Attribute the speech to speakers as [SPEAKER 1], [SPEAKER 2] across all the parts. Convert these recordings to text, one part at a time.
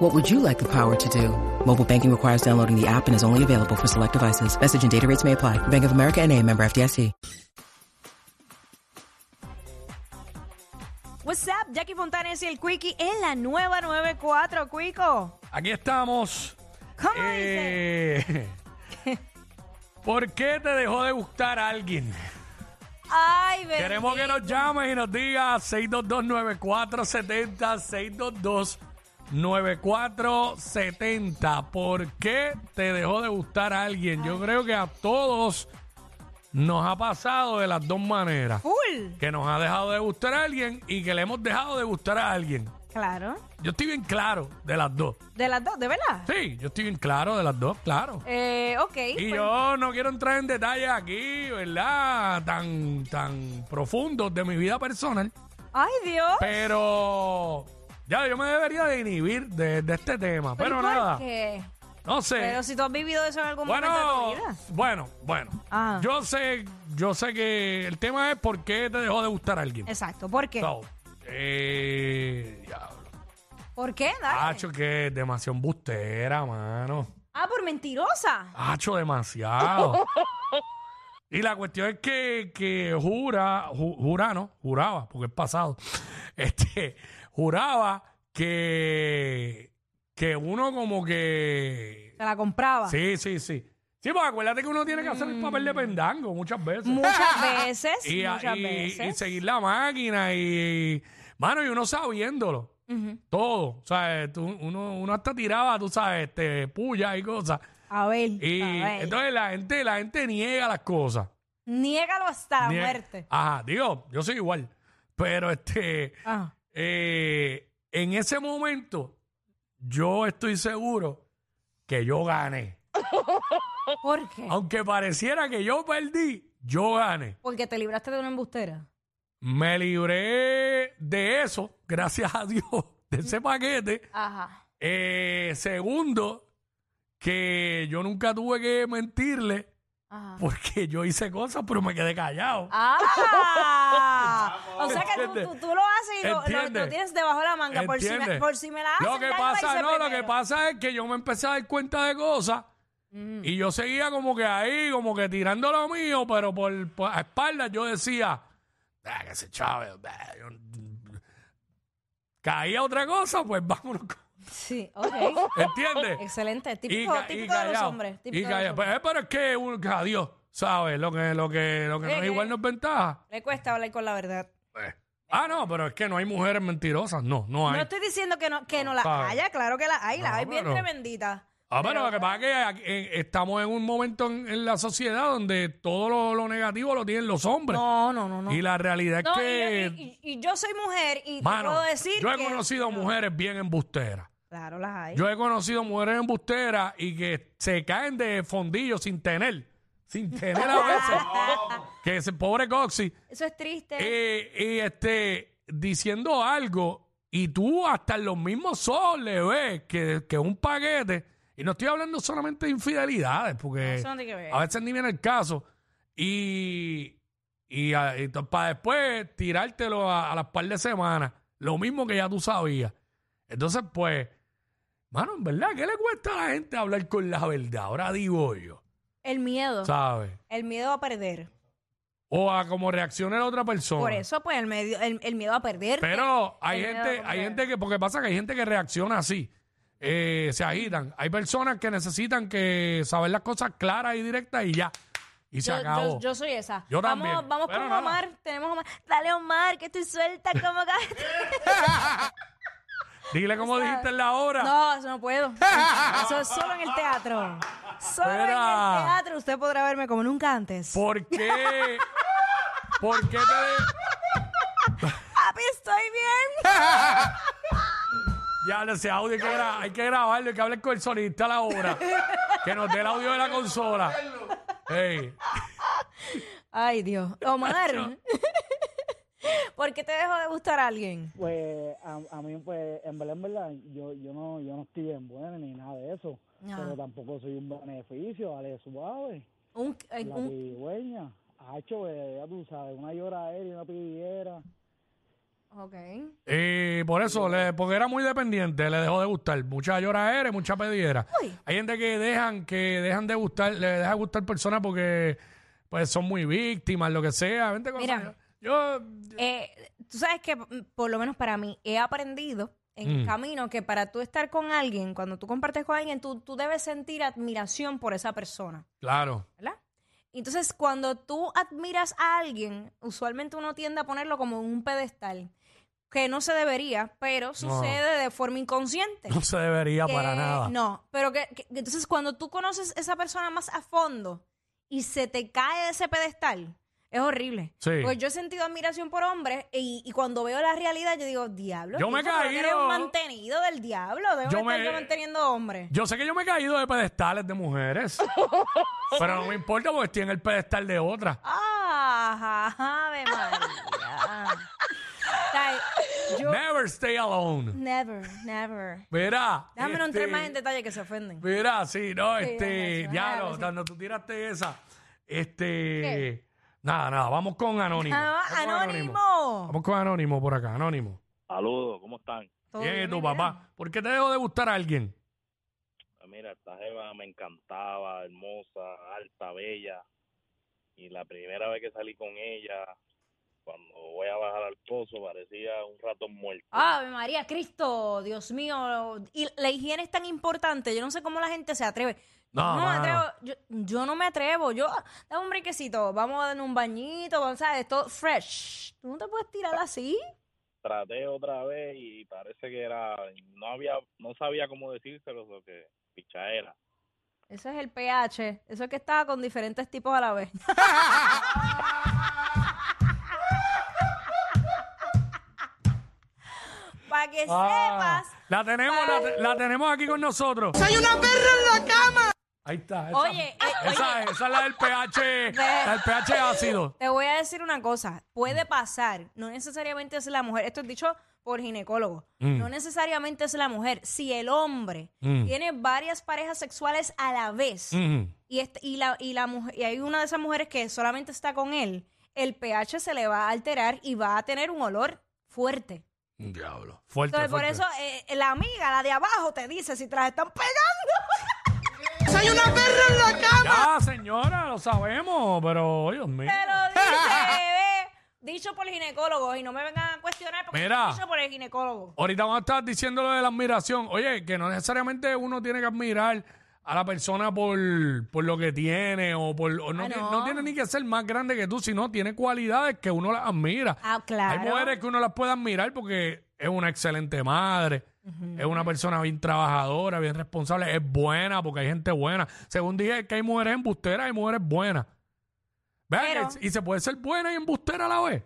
[SPEAKER 1] What would you like the power to do? Mobile banking requires downloading the app and is only available for select devices. Message and data rates may apply. Bank of America and a member FDIC.
[SPEAKER 2] What's up, Jackie Fontanes y el Quickie en la nueva 94, Quico.
[SPEAKER 3] Aquí estamos.
[SPEAKER 2] ¿Cómo dice?
[SPEAKER 3] Eh, ¿Por qué te dejó de gustar a alguien?
[SPEAKER 2] Ay, bendito.
[SPEAKER 3] Queremos que nos llames y nos digas 622-9470, 622-9470. ¿Por qué te dejó de gustar a alguien? Yo creo que a todos nos ha pasado de las dos maneras.
[SPEAKER 2] Full.
[SPEAKER 3] Que nos ha dejado de gustar a alguien y que le hemos dejado de gustar a alguien.
[SPEAKER 2] Claro.
[SPEAKER 3] Yo estoy bien claro de las dos.
[SPEAKER 2] De las dos, ¿de verdad?
[SPEAKER 3] Sí, yo estoy bien claro de las dos, claro.
[SPEAKER 2] Eh, ok.
[SPEAKER 3] Y
[SPEAKER 2] pues,
[SPEAKER 3] yo no quiero entrar en detalles aquí, ¿verdad? Tan, tan profundos de mi vida personal.
[SPEAKER 2] Ay, Dios.
[SPEAKER 3] Pero ya yo me debería de inhibir de, de este tema.
[SPEAKER 2] ¿Pero
[SPEAKER 3] Pero
[SPEAKER 2] por
[SPEAKER 3] nada,
[SPEAKER 2] qué?
[SPEAKER 3] no sé.
[SPEAKER 2] Pero si tú has vivido eso en algún
[SPEAKER 3] bueno,
[SPEAKER 2] momento de tu vida.
[SPEAKER 3] bueno, bueno.
[SPEAKER 2] Ah.
[SPEAKER 3] Yo sé, yo sé que el tema es por qué te dejó de gustar a alguien.
[SPEAKER 2] Exacto, ¿por qué?
[SPEAKER 3] So, eh, diablo.
[SPEAKER 2] ¿Por qué? Dale.
[SPEAKER 3] Hacho, que es demasiado embustera, mano.
[SPEAKER 2] Ah, por mentirosa.
[SPEAKER 3] Hacho, demasiado. y la cuestión es que, que jura, ju- jura, ¿no? Juraba, porque es pasado. Este, juraba que, que uno como que.
[SPEAKER 2] Se la compraba.
[SPEAKER 3] Sí, sí, sí. Sí, pues acuérdate que uno tiene que hacer el papel de pendango muchas veces.
[SPEAKER 2] Mm. Muchas veces.
[SPEAKER 3] y, ah,
[SPEAKER 2] muchas
[SPEAKER 3] y-
[SPEAKER 2] veces.
[SPEAKER 3] y seguir la máquina y. Mano, y uno sabiéndolo.
[SPEAKER 2] Ujú.
[SPEAKER 3] Todo. O sea, tú- uno, uno hasta tiraba, tú sabes, este, puya y cosas.
[SPEAKER 2] A ver.
[SPEAKER 3] Y
[SPEAKER 2] a ver.
[SPEAKER 3] entonces la gente, la gente niega las cosas.
[SPEAKER 2] Niégalo hasta la
[SPEAKER 3] Niega-
[SPEAKER 2] muerte.
[SPEAKER 3] Ajá, digo, yo soy igual. Pero este,
[SPEAKER 2] Ah.
[SPEAKER 3] eh, en ese momento, yo estoy seguro que yo gané.
[SPEAKER 2] ¿Por qué?
[SPEAKER 3] Aunque pareciera que yo perdí, yo gané.
[SPEAKER 2] Porque te libraste de una embustera.
[SPEAKER 3] Me libré de eso, gracias a Dios, de ese paquete.
[SPEAKER 2] Ajá.
[SPEAKER 3] Eh, segundo, que yo nunca tuve que mentirle
[SPEAKER 2] Ajá.
[SPEAKER 3] porque yo hice cosas, pero me quedé callado.
[SPEAKER 2] ¡Ah! o sea que tú,
[SPEAKER 3] ¿Entiendes?
[SPEAKER 2] tú- tú lo haces y lo, lo-
[SPEAKER 3] ¿Entiendes?
[SPEAKER 2] lo tienes debajo de la manga. Por si, me,
[SPEAKER 3] ¿Entiendes?
[SPEAKER 2] por si me la haces,
[SPEAKER 3] Lo que
[SPEAKER 2] ya
[SPEAKER 3] pasa,
[SPEAKER 2] hice
[SPEAKER 3] no, lo que
[SPEAKER 2] primero.
[SPEAKER 3] pasa es que yo me empecé a dar cuenta de cosas
[SPEAKER 2] Mm.
[SPEAKER 3] y yo seguía como que ahí, como que tirando lo mío, pero por, por a espaldas yo decía, "Ah, que se chave, bah, yo- caía otra cosa, pues vámonos. con-".
[SPEAKER 2] Sí, ok.
[SPEAKER 3] ¿Entiendes?
[SPEAKER 2] Excelente. Típico,
[SPEAKER 3] ca-
[SPEAKER 2] típico de los
[SPEAKER 3] callado,
[SPEAKER 2] hombres.
[SPEAKER 3] y
[SPEAKER 2] Típico de los
[SPEAKER 3] callado. Pues,
[SPEAKER 2] hombres.
[SPEAKER 3] eh, pero es que un, adiós, ¿sabes? Lo que, lo que, lo que no
[SPEAKER 2] Eh,
[SPEAKER 3] es
[SPEAKER 2] eh.
[SPEAKER 3] igual no es ventaja.
[SPEAKER 2] Le cuesta hablar con la verdad.
[SPEAKER 3] Eh. Ah, no, pero es que no hay mujeres mentirosas. No, no hay.
[SPEAKER 2] No estoy diciendo que no, que no la
[SPEAKER 3] Sabe.
[SPEAKER 2] haya, claro que la hay, la
[SPEAKER 3] No,
[SPEAKER 2] hay bien
[SPEAKER 3] pero-
[SPEAKER 2] tremendita.
[SPEAKER 3] Ah, pero lo que pasa es que aquí, eh, estamos en un momento en, en la sociedad donde todo lo, lo negativo lo tienen los hombres.
[SPEAKER 2] No, no, no, no.
[SPEAKER 3] Y la realidad
[SPEAKER 2] No,
[SPEAKER 3] es
[SPEAKER 2] y,
[SPEAKER 3] que,
[SPEAKER 2] yo, y- y- y yo soy mujer y te
[SPEAKER 3] mano,
[SPEAKER 2] puedo decir
[SPEAKER 3] yo he
[SPEAKER 2] que-
[SPEAKER 3] conocido mujeres bien embusteras.
[SPEAKER 2] Claro, las hay.
[SPEAKER 3] Yo he conocido mujeres embusteras y que se caen de fondillo sin tener, sin tener a veces. que ese pobre Coxy.
[SPEAKER 2] Eso es triste.
[SPEAKER 3] eh, y este, diciendo algo, y tú hasta en los mismos ojos le ves que, que un paquete, y no estoy hablando solamente de infidelidades, porque
[SPEAKER 2] Eso no tiene que ver.
[SPEAKER 3] a veces ni viene el caso, y, y, a- y to- para después tirártelo a, a las par de semanas, lo mismo que ya tú sabías. Entonces, pues, mano, en verdad, ¿qué le cuesta a la gente hablar con la verdad? Ahora digo yo,
[SPEAKER 2] El miedo.
[SPEAKER 3] ¿sabes?
[SPEAKER 2] el miedo a perder.
[SPEAKER 3] O a cómo reacciona la otra persona.
[SPEAKER 2] Por eso, pues, el, medio, el, el miedo a perder.
[SPEAKER 3] Pero hay
[SPEAKER 2] El miedo a
[SPEAKER 3] gente,
[SPEAKER 2] comprar.
[SPEAKER 3] hay gente que, porque pasa que hay gente que reacciona así, eh, se agitan. Hay personas que necesitan que saber las cosas claras y directas y ya. Y se
[SPEAKER 2] yo,
[SPEAKER 3] acabó.
[SPEAKER 2] yo- yo soy esa.
[SPEAKER 3] Yo
[SPEAKER 2] vamos,
[SPEAKER 3] también.
[SPEAKER 2] Vamos
[SPEAKER 3] Pero
[SPEAKER 2] con
[SPEAKER 3] no.
[SPEAKER 2] Omar. Tenemos a Omar. Dale, Omar, que estoy suelta como gato.
[SPEAKER 3] Dile como dijiste en la hora.
[SPEAKER 2] no, eso no puedo. Eso es solo en el teatro. Solo en el
[SPEAKER 3] Espera.
[SPEAKER 2] teatro usted podrá verme como nunca antes.
[SPEAKER 3] ¿Por qué? ¿Por qué te de-
[SPEAKER 2] Papi, estoy bien.
[SPEAKER 3] Ya, ese audio hay que, gra- hay que grabarlo, hay que hablar con el solista a la hora. Que nos dé el audio de la consola. Ey.
[SPEAKER 2] Ay, Dios. Omar. ¿Por qué te dejó de gustar a alguien?
[SPEAKER 4] Pues a, a mí, pues, en verdad, en verdad, yo, yo, no, yo no estoy bien buena ni nada de eso.
[SPEAKER 2] Ajá.
[SPEAKER 4] Pero tampoco soy un beneficio, Ale Suave,
[SPEAKER 2] Un, eh,
[SPEAKER 4] la
[SPEAKER 2] un-
[SPEAKER 4] pigüeña. Hacho, eh, ya tú sabes, una lloradera y una pidiera.
[SPEAKER 2] Ok.
[SPEAKER 3] Y por eso, le- porque era muy dependiente, le dejó de gustar. Mucha lloradera y mucha pediera.
[SPEAKER 2] Uy.
[SPEAKER 3] Hay gente que dejan, que dejan de gustar, le deja gustar personas porque pues son muy víctimas, lo que sea. Vente con
[SPEAKER 2] Mira.
[SPEAKER 3] Yo,
[SPEAKER 2] Eh, tú sabes que, mm, por lo menos para mí, he aprendido en el
[SPEAKER 3] Mm.
[SPEAKER 2] camino que para tú estar con alguien, cuando tú compartes con alguien, tú, tú debes sentir admiración por esa persona,
[SPEAKER 3] claro.
[SPEAKER 2] ¿verdad? Entonces, cuando tú admiras a alguien, usualmente uno tiende a ponerlo como en un pedestal, que no se debería, pero sucede de forma inconsciente.
[SPEAKER 3] No se debería
[SPEAKER 2] que-
[SPEAKER 3] para nada.
[SPEAKER 2] Eh, No, pero que, que- entonces cuando tú conoces esa persona más a fondo y se te cae de ese pedestal, es horrible.
[SPEAKER 3] Sí.
[SPEAKER 2] Pues yo he sentido admiración por hombres y, y cuando veo la realidad yo digo, diablo,
[SPEAKER 3] Yo me he
[SPEAKER 2] pienso, pero que
[SPEAKER 3] caído.
[SPEAKER 2] Eres un mantenido del diablo, debes
[SPEAKER 3] Yo
[SPEAKER 2] estar
[SPEAKER 3] me-
[SPEAKER 2] yo manteniendo hombres.
[SPEAKER 3] Yo sé que yo me he caído de pedestales de mujeres. pero no me importa porque estoy en el pedestal de otra.
[SPEAKER 2] Ajá, Ave María. O sea, yo-
[SPEAKER 3] Never stay alone.
[SPEAKER 2] never, never.
[SPEAKER 3] Verá.
[SPEAKER 2] Déjame no entrar
[SPEAKER 3] este,
[SPEAKER 2] más en detalle que se ofenden.
[SPEAKER 3] Mira, sí, no, este,
[SPEAKER 2] gracias,
[SPEAKER 3] ya,
[SPEAKER 2] claro,
[SPEAKER 3] no,
[SPEAKER 2] sí.
[SPEAKER 3] cuando tú tiraste esa, este, nada, nada, vamos con Anónimo.
[SPEAKER 2] Ah,
[SPEAKER 3] Vamos con
[SPEAKER 2] anónimo.
[SPEAKER 3] Vamos con Anónimo por acá, Anónimo.
[SPEAKER 5] Saludos, ¿cómo están?
[SPEAKER 2] Todo
[SPEAKER 3] Bien, ¿y
[SPEAKER 2] bien,
[SPEAKER 3] tú,
[SPEAKER 2] mi nena.
[SPEAKER 3] papá? ¿Por qué te dejó de gustar a alguien?
[SPEAKER 5] Ah, Mira, esta jeva me encantaba, hermosa, alta, bella. Y la primera vez que salí con ella, cuando voy a bajar al pozo, parecía un ratón muerto.
[SPEAKER 2] Ave María, Cristo, Dios mío. Y la higiene es tan importante. Yo no sé cómo la gente se atreve.
[SPEAKER 3] No,
[SPEAKER 2] yo no me
[SPEAKER 3] mano.
[SPEAKER 2] atrevo. Yo, yo no me atrevo. Yo, dame un briquecito. Vamos a darle un bañito. Vamos a esto fresh. ¿Tú no te puedes tirar así?
[SPEAKER 5] Traté otra vez y parece que era, no había, no sabía cómo decírselo, lo que picha era.
[SPEAKER 2] Eso es el pH. Eso es que estaba con diferentes tipos a la vez. Para que
[SPEAKER 3] Ah,
[SPEAKER 2] sepas.
[SPEAKER 3] la tenemos, la, te- la tenemos aquí con nosotros. ¡Hay una perra en la cama! Ahí está. esa-
[SPEAKER 2] Oye, eh,
[SPEAKER 3] esa, esa es la del pH, la del pH ácido.
[SPEAKER 2] Te voy a decir una cosa,
[SPEAKER 3] Mm.
[SPEAKER 2] puede pasar, no necesariamente es la mujer, esto es dicho por ginecólogo,
[SPEAKER 3] Mm.
[SPEAKER 2] no necesariamente es la mujer, si el hombre
[SPEAKER 3] Mm.
[SPEAKER 2] tiene varias parejas sexuales a la vez
[SPEAKER 3] Mm.
[SPEAKER 2] y, est- y, la, y, la mujer, y hay una de esas mujeres que solamente está con él, el pH se le va a alterar y va a tener un olor fuerte.
[SPEAKER 3] Diablo. Fuerte,
[SPEAKER 2] Entonces, por
[SPEAKER 3] fuerte.
[SPEAKER 2] eso eh, la amiga, la de abajo, te dice si te las están pegando.
[SPEAKER 3] Ya, señora, lo sabemos, pero, oh, Dios mío.
[SPEAKER 2] Te lo dice, bebé. Dicho por el ginecólogo. Y no me vengan a cuestionar porque
[SPEAKER 3] Mira.
[SPEAKER 2] es dicho por el ginecólogo.
[SPEAKER 3] Ahorita vamos a estar diciendo lo de la admiración. Oye, que no necesariamente uno tiene que admirar a la persona por, por lo que tiene o por o no,
[SPEAKER 2] Ah,
[SPEAKER 3] tiene,
[SPEAKER 2] no.
[SPEAKER 3] no tiene ni que ser más grande que tú, sino tiene cualidades que uno las admira.
[SPEAKER 2] Ah, claro.
[SPEAKER 3] Hay mujeres que uno las puede admirar porque es una excelente madre, es una persona bien trabajadora, bien responsable, es buena porque hay gente buena. Según dije que hay mujeres embusteras y mujeres buenas. Vean,
[SPEAKER 2] Pero-
[SPEAKER 3] es- y se puede ser buena y embustera a la vez.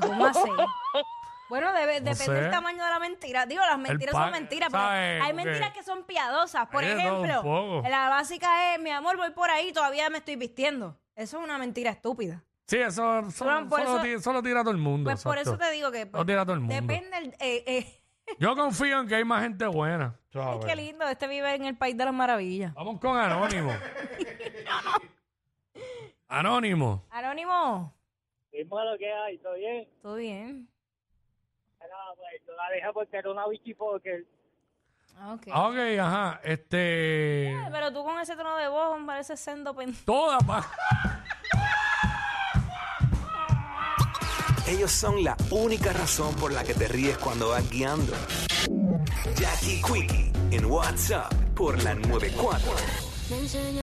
[SPEAKER 2] ¿Cómo así? Bueno, debe-
[SPEAKER 3] No
[SPEAKER 2] depende
[SPEAKER 3] sé.
[SPEAKER 2] del tamaño de la mentira. Digo, las mentiras
[SPEAKER 3] pa-
[SPEAKER 2] son mentiras, pero
[SPEAKER 3] ¿sabes?
[SPEAKER 2] hay
[SPEAKER 3] Porque-
[SPEAKER 2] mentiras que son piadosas. Por
[SPEAKER 3] Hay de todo un
[SPEAKER 2] ejemplo,
[SPEAKER 3] poco.
[SPEAKER 2] la básica es, mi amor, voy por ahí, todavía me estoy vistiendo. Eso es una mentira estúpida.
[SPEAKER 3] Sí, eso, eso-
[SPEAKER 2] Bueno, por
[SPEAKER 3] eso lo
[SPEAKER 2] eso-
[SPEAKER 3] ti- eso lo tira todo el mundo.
[SPEAKER 2] Pues por eso
[SPEAKER 3] exacto.
[SPEAKER 2] te digo que pues,
[SPEAKER 3] No tira a todo el mundo.
[SPEAKER 2] depende el- eh, eh,
[SPEAKER 3] Yo confío en que hay más gente buena.
[SPEAKER 2] Ay,
[SPEAKER 3] ¿sabes?
[SPEAKER 2] qué lindo, este vive en el país de las maravillas.
[SPEAKER 3] Vamos con Anónimo. Anónimo.
[SPEAKER 2] Anónimo,
[SPEAKER 4] Es malo que hay, ¿todo bien?
[SPEAKER 2] ¿todo bien?
[SPEAKER 4] No, pues, la deja porque era una bichifoker.
[SPEAKER 2] Ah, ok.
[SPEAKER 3] Ah, Ok, ajá. Este.
[SPEAKER 2] Pero tú con ese tono de voz, hombre, ese sendo pen-
[SPEAKER 3] Todas van.
[SPEAKER 6] Ellos son la única razón por la que te ríes cuando vas guiando. Jackie Quickie en WhatsApp por la 94.
[SPEAKER 7] Me enseñaste